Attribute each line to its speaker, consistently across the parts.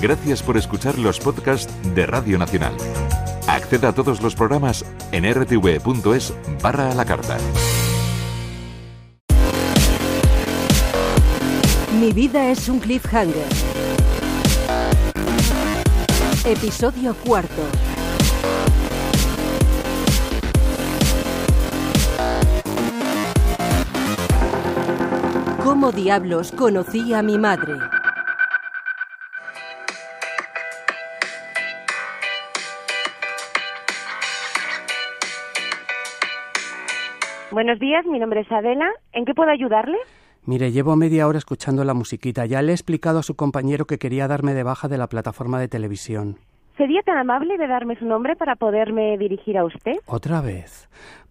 Speaker 1: Gracias por escuchar los podcasts de Radio Nacional. Acceda a todos los programas en rtv.es barra a la carta.
Speaker 2: Mi vida es un cliffhanger. Episodio cuarto. ¿Cómo diablos conocí a mi madre?
Speaker 3: Buenos días, mi nombre es Adela. ¿En qué puedo ayudarle?
Speaker 4: Mire, llevo media hora escuchando la musiquita. Ya le he explicado a su compañero que quería darme de baja de la plataforma de televisión.
Speaker 3: ¿Sería tan amable de darme su nombre para poderme dirigir a usted?
Speaker 4: Otra vez.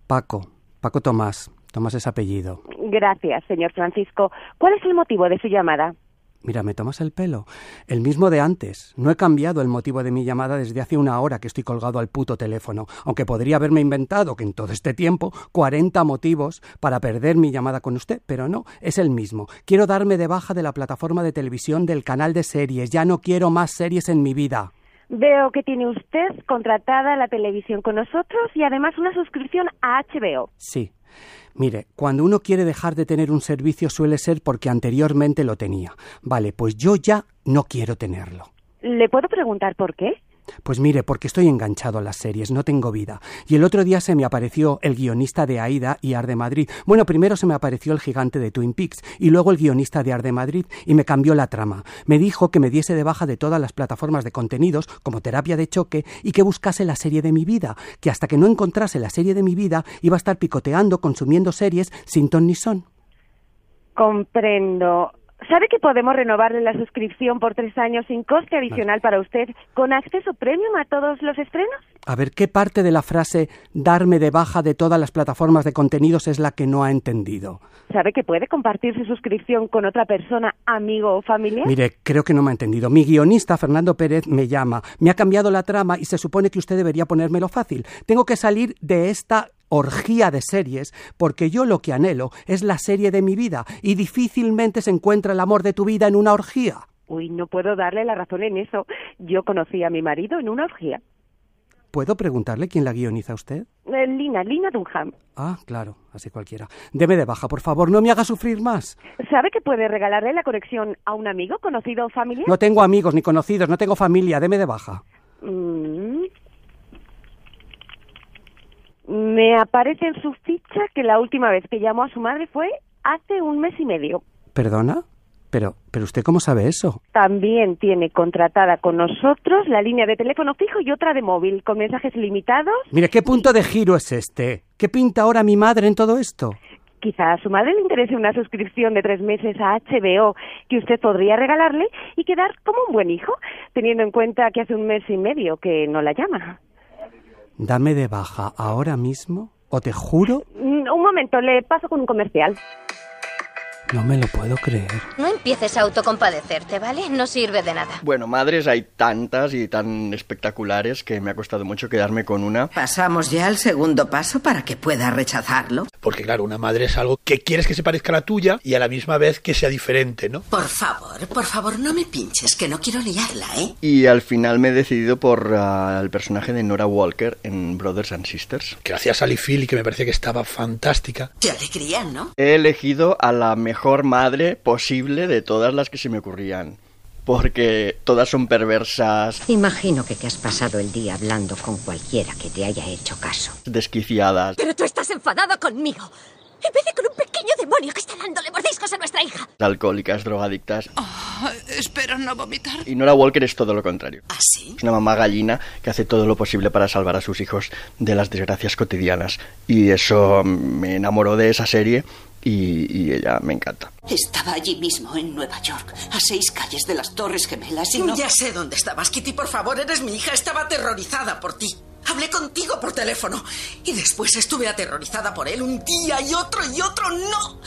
Speaker 4: Paco. Paco Tomás. Tomás es apellido.
Speaker 3: Gracias, señor Francisco. ¿Cuál es el motivo de su llamada?
Speaker 4: Mira, me tomas el pelo. El mismo de antes. No he cambiado el motivo de mi llamada desde hace una hora que estoy colgado al puto teléfono, aunque podría haberme inventado que en todo este tiempo 40 motivos para perder mi llamada con usted, pero no, es el mismo. Quiero darme de baja de la plataforma de televisión del canal de series. Ya no quiero más series en mi vida.
Speaker 3: Veo que tiene usted contratada la televisión con nosotros y además una suscripción a HBO.
Speaker 4: Sí. Mire, cuando uno quiere dejar de tener un servicio suele ser porque anteriormente lo tenía. Vale, pues yo ya no quiero tenerlo.
Speaker 3: ¿Le puedo preguntar por qué?
Speaker 4: Pues mire, porque estoy enganchado a las series, no tengo vida. Y el otro día se me apareció el guionista de Aida y Ar de Madrid. Bueno, primero se me apareció el gigante de Twin Peaks y luego el guionista de Ar de Madrid y me cambió la trama. Me dijo que me diese de baja de todas las plataformas de contenidos como terapia de choque y que buscase la serie de mi vida, que hasta que no encontrase la serie de mi vida iba a estar picoteando, consumiendo series sin ton ni son.
Speaker 3: Comprendo. ¿Sabe que podemos renovarle la suscripción por tres años sin coste adicional para usted, con acceso premium a todos los estrenos?
Speaker 4: A ver, ¿qué parte de la frase darme de baja de todas las plataformas de contenidos es la que no ha entendido?
Speaker 3: ¿Sabe que puede compartir su suscripción con otra persona, amigo o familia?
Speaker 4: Mire, creo que no me ha entendido. Mi guionista, Fernando Pérez, me llama. Me ha cambiado la trama y se supone que usted debería ponérmelo fácil. Tengo que salir de esta orgía de series, porque yo lo que anhelo es la serie de mi vida y difícilmente se encuentra el amor de tu vida en una orgía.
Speaker 3: Uy, no puedo darle la razón en eso. Yo conocí a mi marido en una orgía.
Speaker 4: ¿Puedo preguntarle quién la guioniza usted?
Speaker 3: Eh, Lina, Lina Dunham.
Speaker 4: Ah, claro, así cualquiera. Deme de baja, por favor, no me haga sufrir más.
Speaker 3: ¿Sabe que puede regalarle la conexión a un amigo, conocido o familiar?
Speaker 4: No tengo amigos ni conocidos, no tengo familia, deme de baja.
Speaker 3: Mm. Me aparece en su ficha que la última vez que llamó a su madre fue hace un mes y medio.
Speaker 4: ¿Perdona? Pero, pero usted cómo sabe eso?
Speaker 3: También tiene contratada con nosotros la línea de teléfono fijo y otra de móvil con mensajes limitados.
Speaker 4: Mire, ¿qué punto de giro es este? ¿Qué pinta ahora mi madre en todo esto?
Speaker 3: Quizá a su madre le interese una suscripción de tres meses a HBO que usted podría regalarle y quedar como un buen hijo, teniendo en cuenta que hace un mes y medio que no la llama.
Speaker 4: Dame de baja ahora mismo o te juro,
Speaker 3: Mm, Un momento, le paso con un comercial.
Speaker 4: no me lo puedo creer.
Speaker 5: No empieces a autocompadecerte, ¿vale? No sirve de nada.
Speaker 6: Bueno, madres hay tantas y tan espectaculares que me ha costado mucho quedarme con una.
Speaker 7: Pasamos ya al segundo paso para que pueda rechazarlo.
Speaker 8: Porque claro, una madre es algo que quieres que se parezca a la tuya y a la misma vez que sea diferente, ¿no?
Speaker 7: Por favor, por favor, no me pinches, que no quiero liarla, ¿eh?
Speaker 6: Y al final me he decidido por ah, el personaje de Nora Walker en Brothers and Sisters.
Speaker 8: Que hacía Sally Field y que me parece que estaba fantástica.
Speaker 7: Qué alegría, ¿no?
Speaker 6: He elegido a la mejor madre posible de todas las que se me ocurrían. Porque todas son perversas,
Speaker 9: Imagino que te has pasado el día hablando con cualquiera que te haya hecho caso.
Speaker 6: desquiciadas.
Speaker 5: Pero tú estás enfadado conmigo. En vez de con un pequeño demonio que está dándole mordiscos a nuestra hija.
Speaker 6: alcohólicas, drogadictas.
Speaker 10: Ah, Espero no vomitar. ¿Ah,
Speaker 6: Y Nora Walker es todo lo contrario.
Speaker 7: ¿Así?
Speaker 6: Es una mamá gallina que hace todo lo posible para salvar a sus hijos de las desgracias cotidianas. Y eso mm, me enamoró de esa serie y, y ella me encanta.
Speaker 9: Estaba allí mismo, en Nueva York, a seis calles de las Torres Gemelas y no...
Speaker 7: Ya sé dónde estabas, Kitty, por favor, eres mi hija, estaba aterrorizada por ti. Hablé contigo por teléfono y después estuve aterrorizada por él un día y otro y otro. ¡No!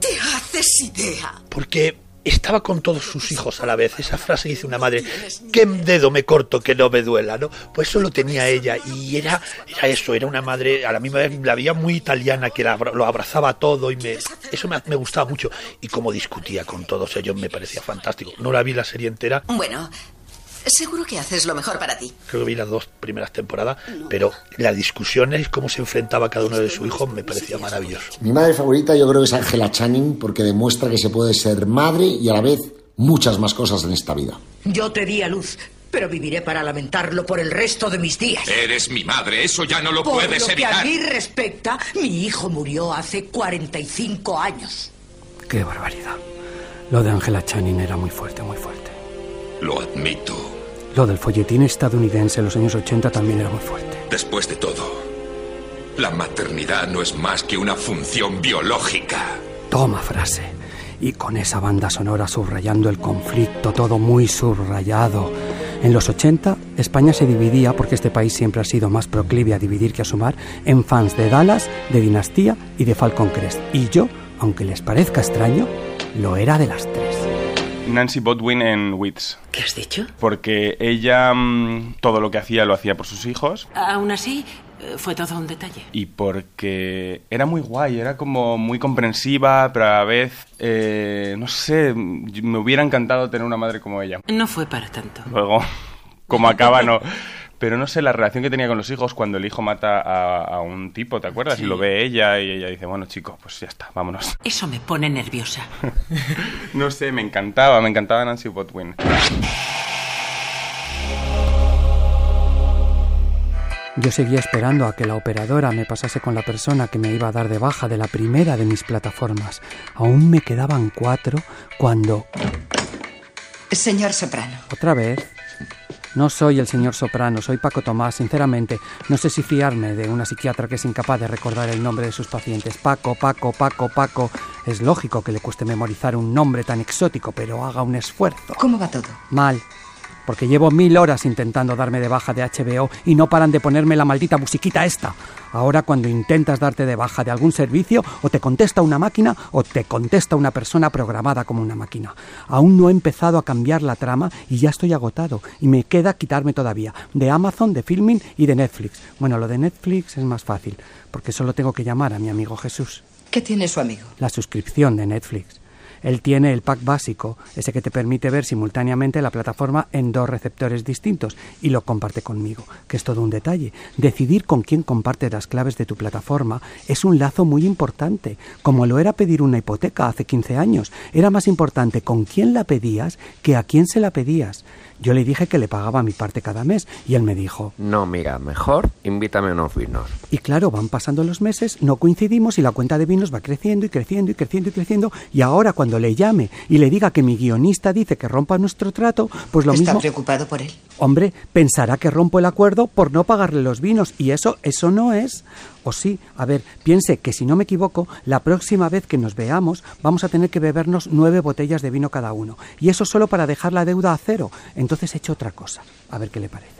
Speaker 7: ¡Te haces idea!
Speaker 8: Porque estaba con todos sus hijos a la vez. Esa frase que dice una madre, ¿qué dedo me corto que no me duela? ¿no? Pues eso lo tenía ella y era, era eso, era una madre, a la misma vez la veía muy italiana que la abra- lo abrazaba todo y me, eso me, me gustaba mucho. Y cómo discutía con todos ellos me parecía fantástico. No la vi la serie entera.
Speaker 9: Bueno,
Speaker 11: Seguro que haces lo mejor para ti.
Speaker 8: Creo que vi las dos primeras temporadas, pero las discusiones, cómo se enfrentaba cada uno de sus hijos, me parecía maravilloso.
Speaker 12: Mi madre favorita yo creo que es Angela Channing porque demuestra que se puede ser madre y a la vez muchas más cosas en esta vida.
Speaker 13: Yo te di a luz, pero viviré para lamentarlo por el resto de mis días.
Speaker 14: Eres mi madre, eso ya no lo
Speaker 13: por
Speaker 14: puedes
Speaker 13: lo que
Speaker 14: evitar.
Speaker 13: a mí respecta, mi hijo murió hace 45 años.
Speaker 4: Qué barbaridad. Lo de Angela Channing era muy fuerte, muy fuerte.
Speaker 14: Lo admito.
Speaker 4: Lo del folletín estadounidense en los años 80 también era muy fuerte.
Speaker 14: Después de todo, la maternidad no es más que una función biológica.
Speaker 4: Toma frase. Y con esa banda sonora subrayando el conflicto, todo muy subrayado. En los 80, España se dividía, porque este país siempre ha sido más proclive a dividir que a sumar, en fans de Dallas, de Dinastía y de Falcon Crest. Y yo, aunque les parezca extraño, lo era de las tres.
Speaker 15: Nancy Bodwin en Wits.
Speaker 16: ¿Qué has dicho?
Speaker 15: Porque ella mm, todo lo que hacía lo hacía por sus hijos
Speaker 16: Aún así, eh, fue todo un detalle.
Speaker 15: y porque era muy guay, era como muy comprensiva, pero a la vez, eh, no sé, me hubiera encantado tener una madre como ella.
Speaker 16: No fue para tanto.
Speaker 15: Luego, como acaba, no. Pero no sé, la relación que tenía con los hijos cuando el hijo mata a, a un tipo, ¿te acuerdas? Y lo ve ella y ella dice, bueno chicos, pues ya está, vámonos.
Speaker 16: Eso me pone nerviosa.
Speaker 15: No sé, me encantaba, Ah, me encantaba Nancy Botwin.
Speaker 4: Yo seguía esperando a que la operadora me pasase con la persona que me iba a dar de baja de la primera de mis plataformas. Aún me quedaban cuatro cuando...
Speaker 3: Señor Soprano.
Speaker 4: Otra vez. No soy el señor Soprano, soy Paco Tomás. Sinceramente, no sé si fiarme de una psiquiatra que es incapaz de recordar el nombre de sus pacientes. Paco, Paco, Paco, Paco. Es lógico que le cueste memorizar un nombre tan exótico, pero haga un esfuerzo.
Speaker 3: ¿Cómo va todo?
Speaker 4: Mal. Porque llevo mil horas intentando darme de baja de HBO y no paran de ponerme la maldita musiquita esta. Ahora cuando intentas darte de baja de algún servicio, o te contesta una máquina o te contesta una persona programada como una máquina. Aún no he empezado a cambiar la trama y ya estoy agotado. Y me queda quitarme todavía de Amazon, de Filming y de Netflix. Bueno, lo de Netflix es más fácil, porque solo tengo que llamar a mi amigo Jesús
Speaker 3: ¿Qué tiene su amigo?
Speaker 4: la suscripción de Netflix. Él tiene el pack básico, ese que te permite ver simultáneamente la plataforma en dos receptores distintos, y lo comparte conmigo, que es todo un detalle. Decidir con quién compartes las claves de tu plataforma es un lazo muy importante, como lo era pedir una hipoteca hace 15 años. Era más importante con quién la pedías que a quién se la pedías. Yo le dije que le pagaba mi parte cada mes, y él me dijo,
Speaker 17: No, mira, mejor invítame a unos vinos.
Speaker 4: y claro, van pasando los meses, no coincidimos y la cuenta de vinos va creciendo y creciendo y creciendo y creciendo. Y ahora cuando le llame y le diga que mi guionista dice que rompa nuestro trato, pues lo
Speaker 3: ¿Está
Speaker 4: mismo...
Speaker 3: preocupado por él?
Speaker 4: Hombre, pensará que rompo el acuerdo por no pagarle los vinos y eso, eso no es. O sí, a ver, piense que si no me equivoco, la próxima vez que nos veamos vamos a tener que bebernos nueve botellas de vino cada uno. Y eso solo para dejar la deuda a cero. Entonces he hecho otra cosa. A ver qué le parece.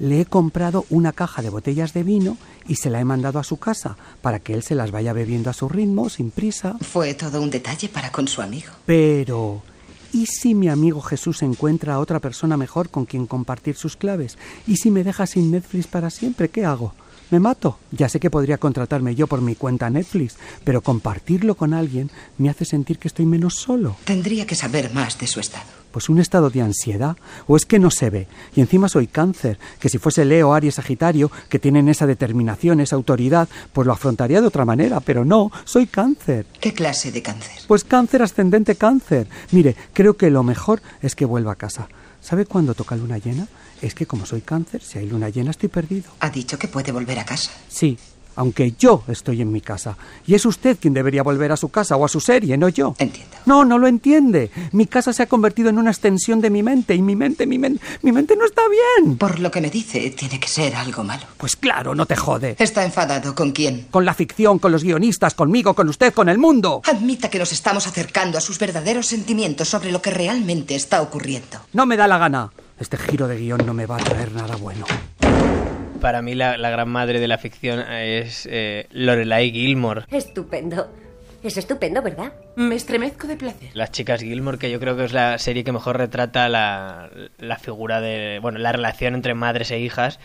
Speaker 4: Le he comprado una caja de botellas de vino y se la he mandado a su casa para que él se las vaya bebiendo a su ritmo, sin prisa.
Speaker 3: Fue todo un detalle para con su amigo.
Speaker 4: Pero, ¿y si mi amigo Jesús encuentra a otra persona mejor con quien compartir sus claves? ¿Y si me deja sin Netflix para siempre? ¿Qué hago? ¿Me mato? Ya sé que podría contratarme yo por mi cuenta Netflix, pero compartirlo con alguien me hace sentir que estoy menos solo.
Speaker 3: Tendría que saber más de su estado.
Speaker 4: Pues un estado de ansiedad, o es que no se ve, y encima soy cáncer, que si fuese Leo, Aries, Sagitario, que tienen esa determinación, esa autoridad, pues lo afrontaría de otra manera, pero no, soy cáncer.
Speaker 3: ¿Qué clase de cáncer?
Speaker 4: Pues cáncer ascendente cáncer. Mire, creo que lo mejor es que vuelva a casa. ¿Sabe cuándo toca luna llena? Es que como soy cáncer, si hay luna llena estoy perdido.
Speaker 3: Ha dicho que puede volver a casa.
Speaker 4: Sí, aunque yo estoy en mi casa. Y es usted quien debería volver a su casa o a su serie, no yo.
Speaker 3: Entiendo.
Speaker 4: No, no lo entiende. Mi casa se ha convertido en una extensión de mi mente y mi mente, mi mente, mi mente no está bien.
Speaker 3: Por lo que me dice, tiene que ser algo malo.
Speaker 4: Pues claro, no te jode.
Speaker 3: ¿Está enfadado con quién?
Speaker 4: Con la ficción, con los guionistas, conmigo, con usted, con el mundo.
Speaker 3: Admita que nos estamos acercando a sus verdaderos sentimientos sobre lo que realmente está ocurriendo.
Speaker 4: No me da la gana. Este giro de guión no me va a traer nada bueno.
Speaker 18: Para mí la, la gran madre de la ficción es eh, Lorelai Gilmore.
Speaker 5: Estupendo. Es estupendo, ¿verdad?
Speaker 19: Me estremezco de placer.
Speaker 18: Las chicas Gilmore, que yo creo que es la serie que mejor retrata la, la figura de, bueno, la relación entre madres e hijas.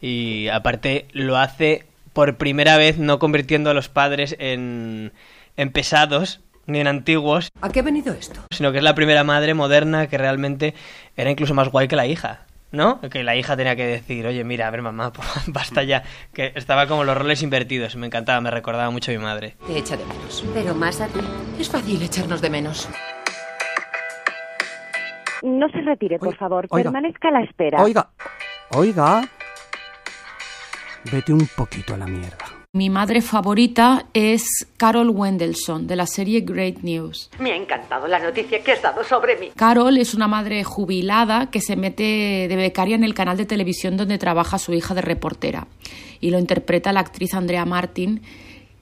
Speaker 18: Y aparte lo hace por primera vez no convirtiendo a los padres en, en pesados ni en antiguos,
Speaker 19: ¿A qué ha venido esto?
Speaker 18: sino que es la primera madre moderna que realmente era incluso más guay que la hija. ¿no? Que la hija tenía que decir, oye, mira, a ver, mamá, basta ya. Que estaba como los roles invertidos. Me encantaba, me recordaba mucho a mi madre.
Speaker 19: Te echa de menos. Pero más a ti. Es fácil echarnos de menos.
Speaker 20: No se retire, por favor.
Speaker 4: oiga.
Speaker 20: Permanezca a la espera.
Speaker 4: Oiga, oiga. Vete un poquito a la mierda.
Speaker 21: Mi madre favorita es Carol Wendelson, de la serie Great News.
Speaker 22: Me ha encantado la noticia que has dado sobre mí.
Speaker 21: Carol es una madre jubilada que se mete de becaria en el canal de televisión donde trabaja su hija de reportera. Y lo interpreta la actriz Andrea Martin,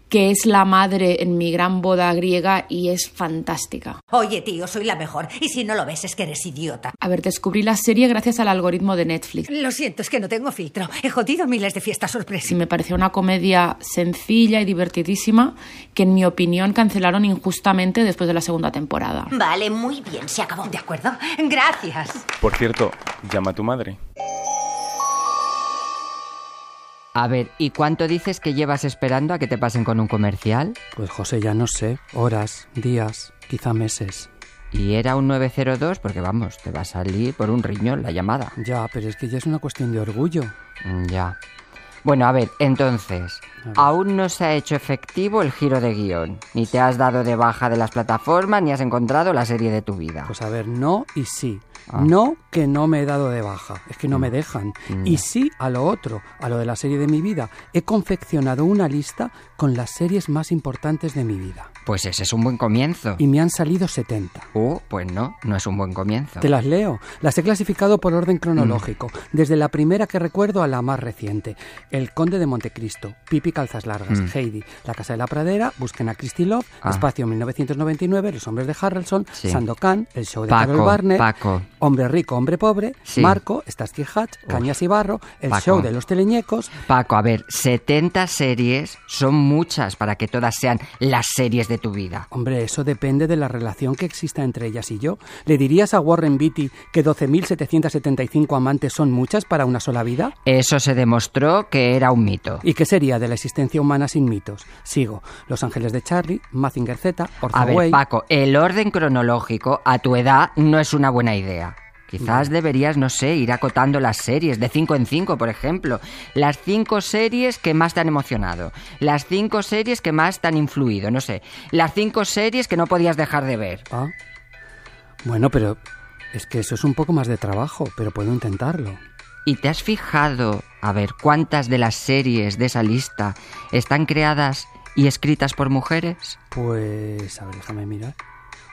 Speaker 21: que es la madre en mi gran boda griega y es fantástica.
Speaker 13: Oye, tío, soy la mejor. Y si no lo ves es que eres idiota.
Speaker 21: A ver, descubrí la serie gracias al algoritmo de Netflix.
Speaker 13: Lo siento, es que no tengo filtro. He jodido miles de fiestas sorpresa.
Speaker 21: Sí, me pareció una comedia sencilla y divertidísima que, en mi opinión, cancelaron injustamente después de la segunda temporada.
Speaker 19: Vale, muy bien, se acabó.
Speaker 13: De acuerdo. Gracias.
Speaker 15: Por cierto, llama a tu madre.
Speaker 23: A ver, ¿y cuánto dices que llevas esperando a que te pasen con un comercial?
Speaker 4: Pues José, ya no sé. Horas, días, quizá meses.
Speaker 23: Y era un 902 porque vamos, te va a salir por un riñón la llamada.
Speaker 4: Ya, pero es que ya es una cuestión de orgullo.
Speaker 23: Mm, Ya. Bueno, a ver, entonces, aún no se ha hecho efectivo el giro de guión. Ni te has dado de baja de las plataformas, ni has encontrado la serie de tu vida.
Speaker 4: Pues a ver, no y sí. No que no me he dado de baja, es que no me dejan. Y sí a lo otro, a lo de la serie de mi vida. He confeccionado una lista con las series más importantes de mi vida.
Speaker 23: Pues ese es un buen comienzo.
Speaker 4: Y me han salido 70.
Speaker 23: Uh, pues no, no es un buen comienzo.
Speaker 4: Te las leo. Las he clasificado por orden
Speaker 23: Mm.
Speaker 4: cronológico, desde la primera que recuerdo a la más reciente. El Conde de Montecristo, Pipi Calzas Largas,
Speaker 23: Mm.
Speaker 4: Heidi, La Casa de la Pradera, Busquen a Christy Love,
Speaker 23: Ah.
Speaker 4: Espacio 1999, Los Hombres de Harrelson,
Speaker 23: Sí.
Speaker 4: Sandokan, El Show de Carol
Speaker 23: Paco,
Speaker 4: Barnett,
Speaker 23: Paco.
Speaker 4: Hombre Rico, Hombre Pobre,
Speaker 23: Sí.
Speaker 4: Marco, Starsky Hatch, Cañas y Barro, El
Speaker 23: Paco.
Speaker 4: Show de los Teleñecos,
Speaker 23: Paco, a ver, 70 series son muchas para que todas sean las series de tu vida.
Speaker 4: Hombre, eso depende de la relación que exista entre ellas y yo. ¿Le dirías a Warren Beatty que 12.775 amantes son muchas para una sola vida?
Speaker 23: Eso se demostró que era un mito.
Speaker 4: ¿Y qué sería de la existencia humana sin mitos? Sigo. Los Ángeles de Charlie, Mazinger Z,
Speaker 23: A ver,
Speaker 4: Orzaway...
Speaker 23: Paco, el orden cronológico a tu edad no es una buena idea. Quizás deberías, no sé, ir acotando las series, de 5 en 5, por ejemplo. Las 5 series que más te han emocionado. Las 5 series que más te han influido, no sé. Las 5 series que no podías dejar de ver.
Speaker 4: Ah. Bueno, pero es que eso es un poco más de trabajo, pero puedo intentarlo.
Speaker 23: ¿Y te has fijado a ver cuántas de las series de esa lista están creadas y escritas por mujeres?
Speaker 4: Pues, a ver, déjame mirar.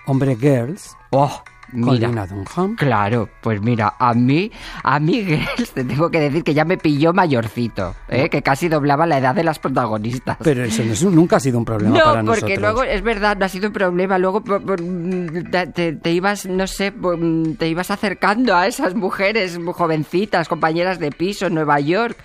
Speaker 4: Hombre Girls,
Speaker 23: ¡Oh!
Speaker 4: con
Speaker 23: Mira.
Speaker 4: Lena Dunham.
Speaker 23: Claro, pues mira, a mí, a mí, Girls, te tengo que decir que ya me pilló mayorcito, ¿eh? que casi doblaba la edad de las protagonistas.
Speaker 4: Pero eso no es- nunca ha sido un problema
Speaker 23: no,
Speaker 4: para
Speaker 23: porque
Speaker 4: nosotros.
Speaker 23: luego, es verdad, no ha sido un problema, luego por- por, mm, te, te- te ibas, no sé, por, mm, te ibas acercando a esas mujeres jovencitas, compañeras de piso, en Nueva York,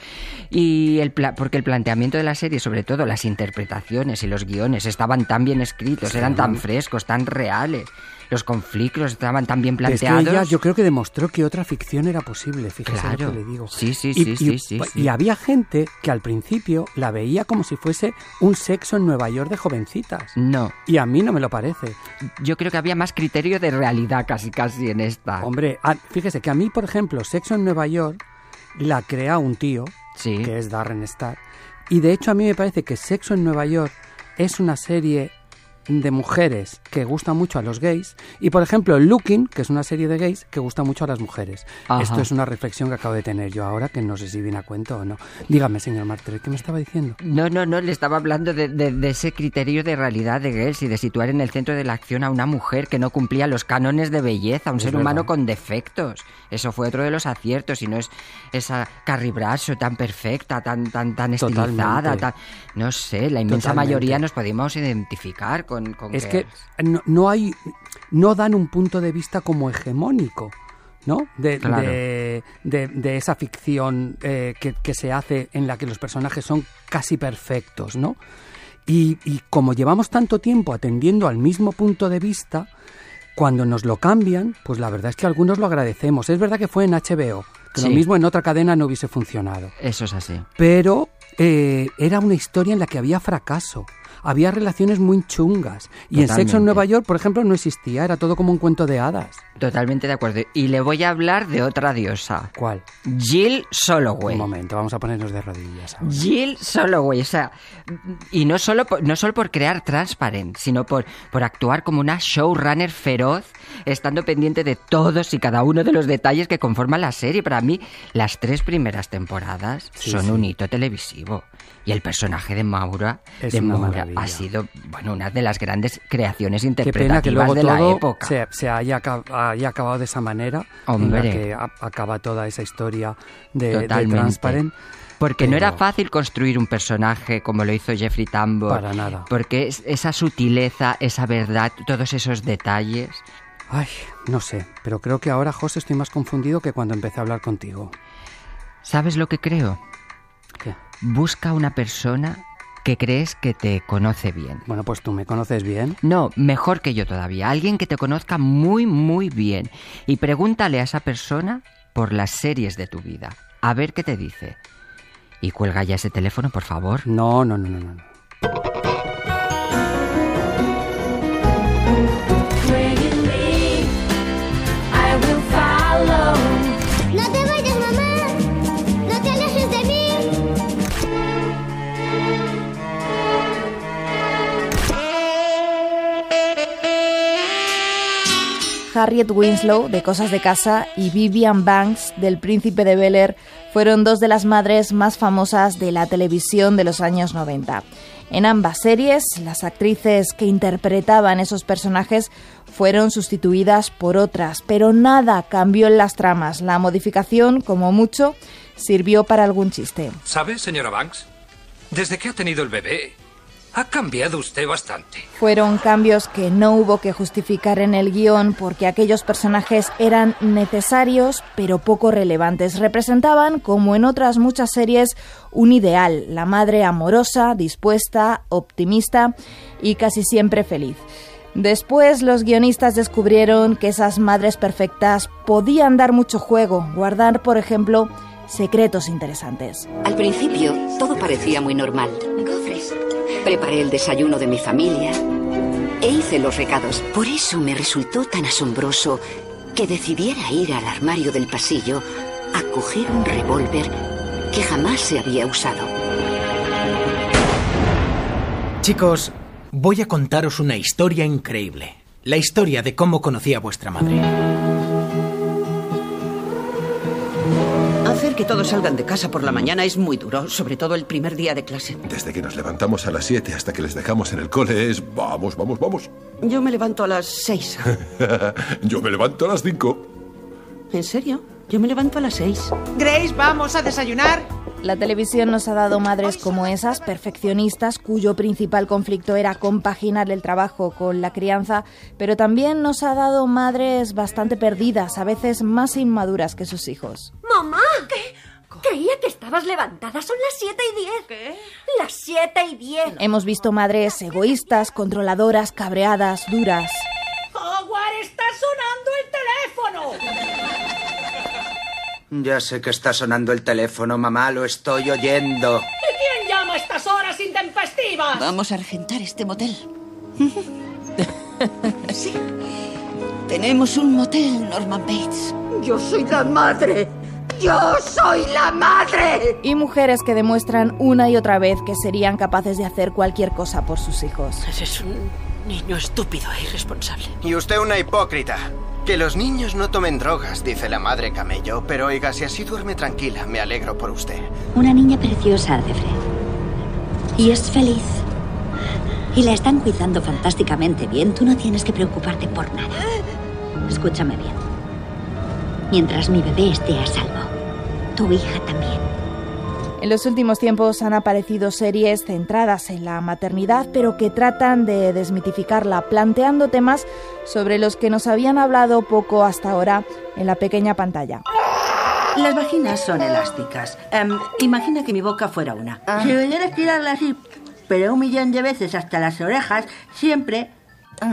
Speaker 23: y el pla- porque el planteamiento de la serie, sobre todo las interpretaciones y los guiones, estaban tan bien escritos,
Speaker 4: Sí.
Speaker 23: eran tan frescos, tan reales, los conflictos estaban tan bien
Speaker 4: Es que
Speaker 23: planteados.
Speaker 4: ella yo creo que demostró que otra ficción era posible, fíjese lo
Speaker 23: Claro.
Speaker 4: que le digo.
Speaker 23: Sí, sí,
Speaker 4: y,
Speaker 23: sí,
Speaker 4: y- pues,
Speaker 23: sí, sí, sí.
Speaker 4: y había gente que al principio la veía como si fuese un sexo en Nueva York de jovencitas.
Speaker 23: No,
Speaker 4: Y a mí no me lo parece.
Speaker 23: yo creo que había más criterio de realidad casi casi en esta.
Speaker 4: Hombre, a- fíjese que a mí, por ejemplo, Sexo en Nueva York la crea un tío, que es Darren Star. Y de hecho a mí me parece que Sexo en Nueva York es una serie de mujeres que gusta mucho a los gays y por ejemplo Looking, que es una serie de gays que gusta mucho a las mujeres.
Speaker 23: Ajá.
Speaker 4: Esto es una reflexión que acabo de tener yo ahora que no sé si viene a cuento o no. Dígame, señor Martel, ¿qué me estaba diciendo?
Speaker 23: No, no, no, le estaba hablando de, de- de ese criterio de realidad de Gels y de situar en el centro de la acción a una mujer que no cumplía los cánones de belleza, un
Speaker 4: Es
Speaker 23: ser
Speaker 4: verdad.
Speaker 23: humano con defectos. Eso fue otro de los aciertos y no es esa Carrie Bradshaw tan perfecta, tan, tan, tan estilizada,
Speaker 4: Totalmente.
Speaker 23: tan- no sé, la inmensa
Speaker 4: Totalmente.
Speaker 23: mayoría nos podíamos identificar con, con
Speaker 4: Es que
Speaker 23: Girls.
Speaker 4: no, no hay, no dan un punto de vista como hegemónico, ¿no? De,
Speaker 23: Claro.
Speaker 4: de, de- de esa ficción eh, que, que se hace en la que los personajes son casi perfectos, ¿no? Y, y como llevamos tanto tiempo atendiendo al mismo punto de vista, cuando nos lo cambian, pues la verdad es que algunos lo agradecemos. Es verdad que fue en HBO, que lo
Speaker 23: Sí.
Speaker 4: mismo en otra cadena no hubiese funcionado
Speaker 23: Eso es así.
Speaker 4: pero eh, era una historia en la que había fracaso, había relaciones muy chungas. Y en Sexo en
Speaker 23: Totalmente.
Speaker 4: Nueva York, por ejemplo, no existía, era todo como un cuento de hadas.
Speaker 23: Totalmente de acuerdo. Y le voy a hablar de otra diosa.
Speaker 4: ¿Cuál?
Speaker 23: Jill Soloway.
Speaker 4: Un momento, vamos a ponernos de rodillas. ahora.
Speaker 23: Jill Soloway, o sea, y no solo por, no solo por crear Transparent, sino por, por actuar como una showrunner feroz, estando pendiente de todos y cada uno de los detalles que conforman la serie. Para mí, las tres primeras temporadas
Speaker 4: Sí,
Speaker 23: son
Speaker 4: sí.
Speaker 23: un hito televisivo. Y el personaje de Maura,
Speaker 4: Es
Speaker 23: de
Speaker 4: una
Speaker 23: Maura
Speaker 4: maravilla.
Speaker 23: ha sido bueno, una de las grandes creaciones
Speaker 4: Qué pena
Speaker 23: interpretativas
Speaker 4: que luego
Speaker 23: de la
Speaker 4: todo
Speaker 23: época.
Speaker 4: se, se haya, acab- haya acabado de esa manera en la
Speaker 23: Hombre.
Speaker 4: que a- acaba toda esa historia de, de
Speaker 23: Totalmente.
Speaker 4: Transparent.
Speaker 23: Porque no era
Speaker 4: Pero-
Speaker 23: fácil construir un personaje como lo hizo Jeffrey Tambor.
Speaker 4: Para nada.
Speaker 23: Porque es- esa sutileza, esa verdad, todos esos detalles.
Speaker 4: Ay, no sé, pero creo que ahora, José, estoy más confundido que cuando empecé a hablar contigo.
Speaker 23: ¿Sabes lo que creo?
Speaker 4: ¿Qué?
Speaker 23: Busca una persona que crees que te conoce bien.
Speaker 4: Bueno, pues tú me conoces bien.
Speaker 23: No, mejor que yo todavía. Alguien que te conozca muy, muy bien. Y pregúntale a esa persona por las series de tu vida. A ver qué te dice. Y cuelga ya ese teléfono, por favor.
Speaker 4: No, no, no, no, no.
Speaker 1: No te vayas, mamá. No te alejes de mí.
Speaker 7: Harriet Winslow de Cosas de Casa y Vivian Banks del Príncipe de Bel Air fueron dos de las madres más famosas de la televisión de los años 90. En ambas series, las actrices que interpretaban esos personajes fueron sustituidas por otras, pero nada cambió en las tramas. La modificación, como mucho, sirvió para algún chiste.
Speaker 24: ¿Sabe, señora Banks? Desde que ha tenido el bebé, ha cambiado usted bastante.
Speaker 7: Fueron cambios que no hubo que justificar en el guión porque aquellos personajes eran necesarios pero poco relevantes. Representaban, como en otras muchas series, un ideal, la madre amorosa, dispuesta, optimista y casi siempre feliz. Después los guionistas descubrieron que esas madres perfectas podían dar mucho juego, guardar, por ejemplo, secretos interesantes.
Speaker 9: Al principio, todo parecía muy normal. Gofres. Preparé el desayuno de mi familia e hice los recados. Por eso me resultó tan asombroso que decidiera ir al armario del pasillo a coger un revólver que jamás se había usado.
Speaker 25: Chicos, voy a contaros una historia increíble. La historia de cómo conocí a vuestra madre.
Speaker 9: Hacer que todos salgan de casa por la mañana es muy duro, sobre todo el primer día de clase.
Speaker 26: Desde que nos levantamos a las 7 hasta que les dejamos en el cole es vamos, vamos, vamos.
Speaker 9: Yo me levanto a las seis.
Speaker 26: Yo me levanto a las 5.
Speaker 9: ¿En serio? Yo me levanto a las seis.
Speaker 7: Grace, vamos a desayunar. La televisión nos ha dado madres como esas, perfeccionistas, cuyo principal conflicto era compaginar el trabajo con la crianza, pero también nos ha dado madres bastante perdidas, a veces más inmaduras que sus hijos.
Speaker 5: ¡Mamá! ¿Qué? Creía que estabas levantada. Son las 7 y 10. ¿Qué? Las 7 y 10.
Speaker 7: Hemos visto madres egoístas, controladoras, cabreadas, duras.
Speaker 5: ¡Howard, está sonando el teléfono!
Speaker 27: Ya sé que está sonando el teléfono, mamá, lo estoy oyendo.
Speaker 5: ¿Y quién llama a estas horas intempestivas?
Speaker 9: Vamos a rentar este motel. sí. Tenemos un motel, Norman Bates. Yo soy la madre. Yo soy la madre.
Speaker 7: Y mujeres que demuestran una y otra vez que serían capaces de hacer cualquier cosa por sus hijos.
Speaker 16: Es un niño estúpido e irresponsable.
Speaker 28: Y usted una hipócrita. Que los niños no tomen drogas, dice la madre camello, pero oiga, si así duerme tranquila, me alegro por usted.
Speaker 1: Una niña preciosa de Fred. Y es feliz. Y la están cuidando fantásticamente bien. Tú no tienes que preocuparte por nada. Escúchame bien. Mientras mi bebé esté a salvo, tu hija también.
Speaker 7: En los últimos tiempos han aparecido series centradas en la maternidad, pero que tratan de desmitificarla, planteando temas sobre los que nos habían hablado poco hasta ahora en la pequeña pantalla.
Speaker 29: Las vaginas son elásticas. Em, imagina que mi boca fuera una.
Speaker 7: Ah.
Speaker 29: Si pudiera estirarla así, pero un millón de veces hasta las orejas, siempre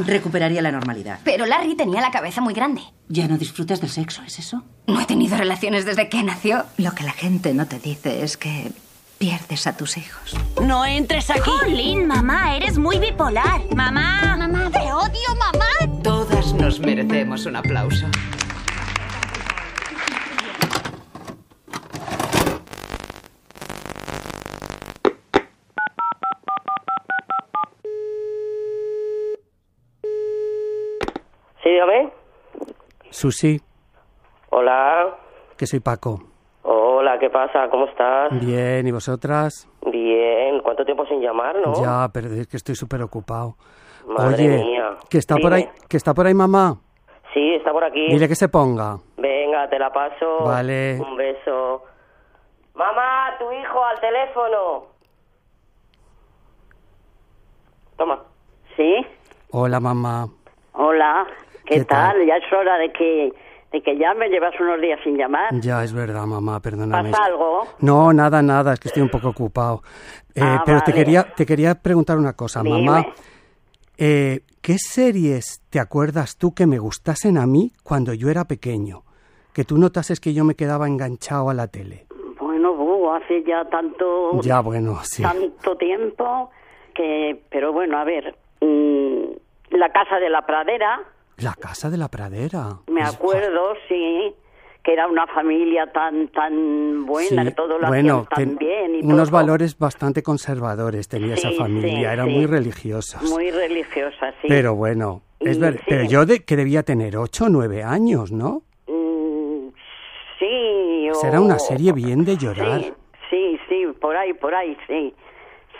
Speaker 29: recuperaría la normalidad.
Speaker 5: Pero Larry tenía la cabeza muy grande.
Speaker 29: ¿Ya no disfrutas del sexo, es eso?
Speaker 5: No he tenido relaciones desde que nació.
Speaker 29: Lo que la gente no te dice es que
Speaker 2: pierdes a tus hijos.
Speaker 6: No entres aquí.
Speaker 11: Jolín, mamá, eres muy bipolar. Mamá. Mamá. Te odio, mamá.
Speaker 22: Todas nos merecemos un aplauso.
Speaker 8: Sí, dígame.
Speaker 4: Susi,
Speaker 8: Hola.
Speaker 4: que soy Paco.
Speaker 8: Hola, ¿qué pasa? ¿Cómo estás?
Speaker 4: Bien, ¿y vosotras?
Speaker 8: Bien. ¿Cuánto tiempo sin llamar, no?
Speaker 4: Ya, pero es que estoy súper ocupado.
Speaker 8: Madre
Speaker 4: Oye,
Speaker 8: mía.
Speaker 4: que está por
Speaker 8: Dime.
Speaker 4: ahí, que está por ahí mamá.
Speaker 8: Sí, está por aquí.
Speaker 4: Dile que se ponga.
Speaker 8: Venga, te la paso.
Speaker 4: Vale.
Speaker 8: Un beso. Mamá, tu hijo al teléfono. Toma.
Speaker 3: Sí,
Speaker 4: Hola mamá.
Speaker 3: hola. ¿Qué,
Speaker 4: ¿Qué tal?
Speaker 3: tal? Ya es hora de que, de que llame. Llevas unos días sin llamar.
Speaker 4: Ya es verdad mamá, perdóname.
Speaker 3: ¿Pasa algo?
Speaker 4: No, nada, nada, es que estoy un poco ocupado. Eh,
Speaker 3: Ah,
Speaker 4: pero te
Speaker 3: vale.
Speaker 4: quería, te quería preguntar una cosa,
Speaker 3: Dime.
Speaker 4: mamá. Eh, ¿Qué series te acuerdas tú que me gustasen a mí cuando yo era pequeño? Que tú notases que yo me quedaba enganchado a la tele.
Speaker 3: Bueno, bu, hace ya tanto,
Speaker 4: Ya bueno, sí.
Speaker 3: tanto tiempo que... Pero bueno, a ver. mm, la casa de la pradera,
Speaker 4: La casa de la pradera.
Speaker 3: me
Speaker 4: Es-
Speaker 3: acuerdo, sí que era una familia tan tan buena,
Speaker 4: Sí,
Speaker 3: que todo lo
Speaker 4: bueno,
Speaker 3: hacían tan
Speaker 4: ten-
Speaker 3: bien y
Speaker 4: unos
Speaker 3: todo.
Speaker 4: valores bastante conservadores tenía esa
Speaker 3: Sí,
Speaker 4: familia,
Speaker 3: sí,
Speaker 4: eran
Speaker 3: sí.
Speaker 4: muy religiosos.
Speaker 3: muy religiosas, sí.
Speaker 4: Pero bueno, es
Speaker 3: Y
Speaker 4: ver,
Speaker 3: sí.
Speaker 4: pero yo de, que debía tener ocho o nueve años, ¿no?
Speaker 3: Mm, sí, o-
Speaker 4: Será Pues una serie bien de llorar.
Speaker 3: Sí, sí, sí, por ahí, por ahí, sí.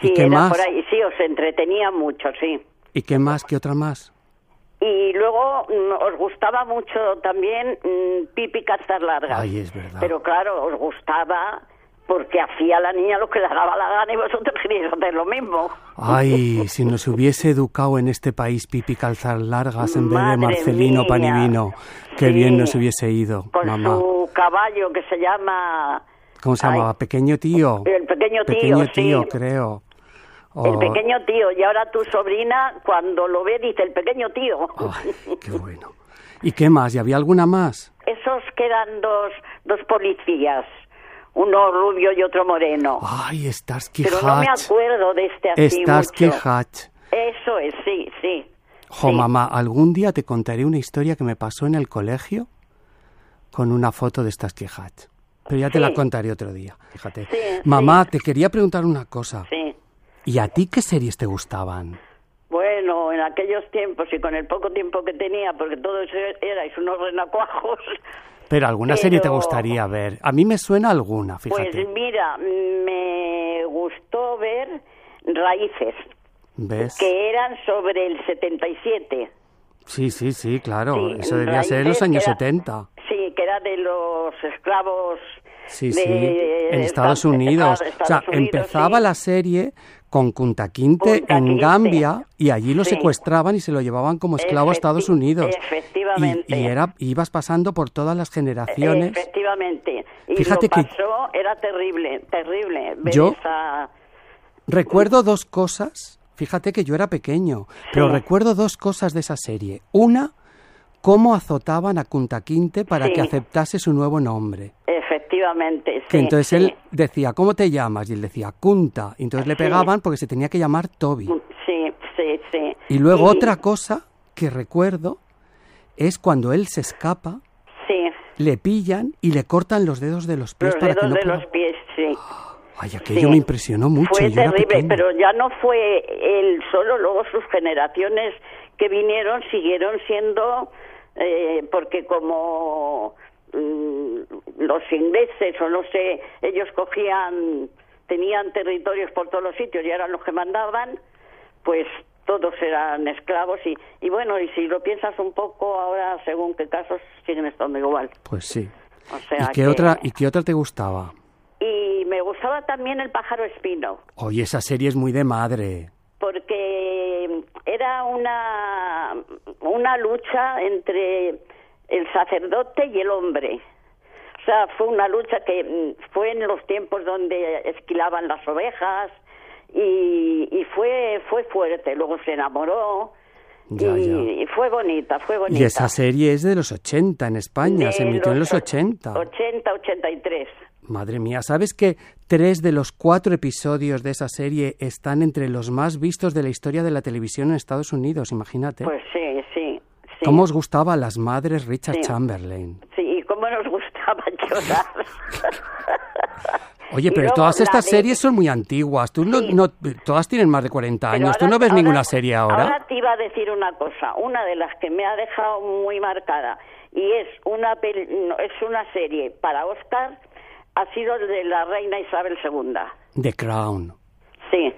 Speaker 3: Sí,
Speaker 4: ¿Y qué
Speaker 3: era
Speaker 4: más?
Speaker 3: por ahí, sí, os entretenía mucho, sí.
Speaker 4: ¿Y qué más? ¿Qué otra más?
Speaker 3: Y luego mm, os gustaba mucho también mm, Pipi Cazas Largas.
Speaker 4: Ay, es verdad.
Speaker 3: Pero claro, os gustaba porque hacía la niña lo que le daba la gana y vosotros queríais hacer lo mismo.
Speaker 4: Ay, si nos hubiese educado en este país Pipi Calzar Largas en vez de
Speaker 3: Madre
Speaker 4: Marcelino
Speaker 3: mía.
Speaker 4: Panivino, qué
Speaker 3: Sí.
Speaker 4: bien nos hubiese ido,
Speaker 3: Con
Speaker 4: mamá.
Speaker 3: su caballo que se llama...
Speaker 4: ¿Cómo se
Speaker 3: Ay,
Speaker 4: llamaba? Pequeño tío.
Speaker 3: El pequeño tío,
Speaker 4: Pequeño
Speaker 3: sí.
Speaker 4: tío, creo.
Speaker 3: El
Speaker 4: O-
Speaker 3: pequeño tío. Y ahora tu sobrina, cuando lo ve, dice, el pequeño tío.
Speaker 4: Oh. ¿Y qué más? ¿Y había alguna más?
Speaker 3: Esos que eran dos, dos policías, uno rubio y otro moreno.
Speaker 4: Ay, Starsky
Speaker 3: Pero no me
Speaker 4: Hatch.
Speaker 3: acuerdo de este así
Speaker 4: Starsky
Speaker 3: mucho.
Speaker 4: Hatch.
Speaker 3: Eso es, sí, sí.
Speaker 4: Jo, mamá, algún día te contaré una historia que me pasó en el colegio con una foto de Starsky Hatch. Pero ya te la
Speaker 3: Sí.
Speaker 4: contaré otro día, fíjate. mamá, te quería preguntar una cosa.
Speaker 3: Sí.
Speaker 4: ¿Y a ti qué series te gustaban?
Speaker 3: Bueno, en aquellos tiempos y con el poco tiempo que tenía, porque todos e-, erais unos renacuajos,
Speaker 4: Pero alguna serie te
Speaker 3: Pero-
Speaker 4: gustaría ver. A mí me suena alguna, fíjate.
Speaker 3: pues mira, me gustó ver Raíces,
Speaker 4: ¿Ves?
Speaker 3: que eran sobre el 77.
Speaker 4: Sí, sí, sí, claro.
Speaker 3: Sí,
Speaker 4: Eso debía ser en
Speaker 3: Raíces
Speaker 4: los años
Speaker 3: era-
Speaker 4: 70.
Speaker 3: Sí, que era de los esclavos.
Speaker 4: Sí,
Speaker 3: de-
Speaker 4: sí, en Estados
Speaker 3: Estan-
Speaker 4: Unidos.
Speaker 3: Estados
Speaker 4: o sea,
Speaker 3: Unidos,
Speaker 4: empezaba
Speaker 3: sí.
Speaker 4: la serie con Kunta Kinte
Speaker 3: Kunta
Speaker 4: en
Speaker 3: Kinte.
Speaker 4: Gambia y allí lo
Speaker 3: Sí.
Speaker 4: secuestraban y se lo llevaban como esclavo a Estados Unidos. Y-
Speaker 3: Efectivamente.
Speaker 4: Y, era, ibas pasando por todas las generaciones.
Speaker 3: Efectivamente. Y
Speaker 4: Fíjate
Speaker 3: lo
Speaker 4: que-
Speaker 3: pasó, era terrible, terrible. ver
Speaker 4: Yo-
Speaker 3: esa-
Speaker 4: Recuerdo dos cosas. Fíjate que yo era pequeño, pero
Speaker 3: Sí.
Speaker 4: recuerdo dos cosas de esa serie. Una, cómo azotaban a Kunta Kinte para
Speaker 3: Sí.
Speaker 4: que aceptase su nuevo nombre.
Speaker 3: Efectivamente, sí.
Speaker 4: Que entonces
Speaker 3: sí.
Speaker 4: él decía, ¿cómo te llamas? Y él decía, Kunta. Y entonces le
Speaker 3: Sí.
Speaker 4: pegaban porque se tenía que llamar Toby.
Speaker 3: Sí, sí, sí.
Speaker 4: Y luego otra cosa que recuerdo es cuando él se escapa,
Speaker 3: Sí,
Speaker 4: le pillan y le cortan los dedos de los pies
Speaker 3: los
Speaker 4: para que
Speaker 3: dedos
Speaker 4: no
Speaker 3: de
Speaker 4: pueda- ¡Ah!
Speaker 3: los pies, sí.
Speaker 4: Ay, aquello
Speaker 3: sí.
Speaker 4: me impresionó mucho.
Speaker 3: Fue
Speaker 4: yo era
Speaker 3: terrible,
Speaker 4: pequeño.
Speaker 3: pero ya no fue él solo, luego sus generaciones que vinieron siguieron siendo, eh, porque como mm, los ingleses o no sé, ellos cogían, tenían territorios por todos los sitios y eran los que mandaban, pues todos eran esclavos y, y bueno, y si lo piensas un poco ahora, según qué casos, siguen estando igual.
Speaker 4: Pues sí.
Speaker 3: O sea
Speaker 4: ¿Y, qué
Speaker 3: que-
Speaker 4: otra, ¿Y qué otra te gustaba?
Speaker 3: Y me gustaba también el pájaro espino.
Speaker 4: Oye, esa serie es muy de madre.
Speaker 3: porque era una, una lucha entre el sacerdote y el hombre. O sea, fue una lucha que mm, fue en los tiempos donde esquilaban las ovejas y, y fue, fue fuerte. Luego se enamoró
Speaker 4: Ya, ya.
Speaker 3: Y, y fue bonita, fue bonita.
Speaker 4: Y esa serie es de los 80 en España,
Speaker 3: De
Speaker 4: se emitió en los 80.
Speaker 3: 80, 83.
Speaker 4: Madre mía, ¿sabes que tres de los cuatro episodios de esa serie están entre los más vistos de la historia de la televisión en Estados Unidos? Imagínate.
Speaker 3: Pues sí, sí. sí.
Speaker 4: ¿Cómo os gustaba a las madres Richard
Speaker 3: Sí.
Speaker 4: Chamberlain?
Speaker 3: Sí, y cómo nos gustaba llorar.
Speaker 4: Oye,
Speaker 3: Y
Speaker 4: pero
Speaker 3: luego
Speaker 4: todas
Speaker 3: la
Speaker 4: estas
Speaker 3: de-
Speaker 4: series son muy antiguas. Tú no, no- todas tienen más de 40
Speaker 3: Pero
Speaker 4: años. Tú
Speaker 3: ahora-
Speaker 4: no ves
Speaker 3: ahora-
Speaker 4: ninguna serie ahora.
Speaker 3: Ahora te iba a decir una cosa, una de las que me ha dejado muy marcada y es una pel- no, es una serie para Oscar ha sido el de la reina Isabel II.
Speaker 4: The Crown.
Speaker 3: Sí,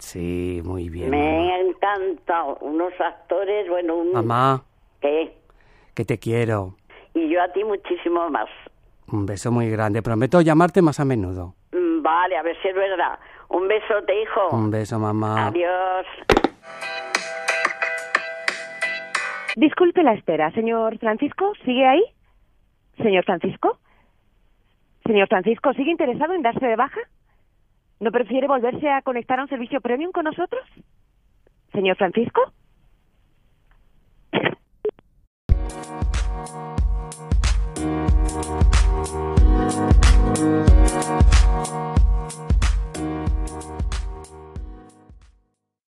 Speaker 4: Sí, muy bien.
Speaker 3: me ha encantado unos actores, bueno, un
Speaker 4: Mamá,
Speaker 3: ¿qué?
Speaker 4: que te quiero.
Speaker 3: y yo a ti muchísimo más.
Speaker 4: Un beso muy grande. Prometo llamarte más a menudo.
Speaker 3: Mm, Vale, a ver si es verdad. Un besote, hijo.
Speaker 4: Un beso, mamá.
Speaker 3: Oh. Adiós.
Speaker 2: Disculpe la espera, señor Francisco, ¿sigue ahí? Señor Francisco. Señor Francisco, ¿sigue interesado en darse de baja? ¿No prefiere volverse a conectar a un servicio premium con nosotros? Señor Francisco.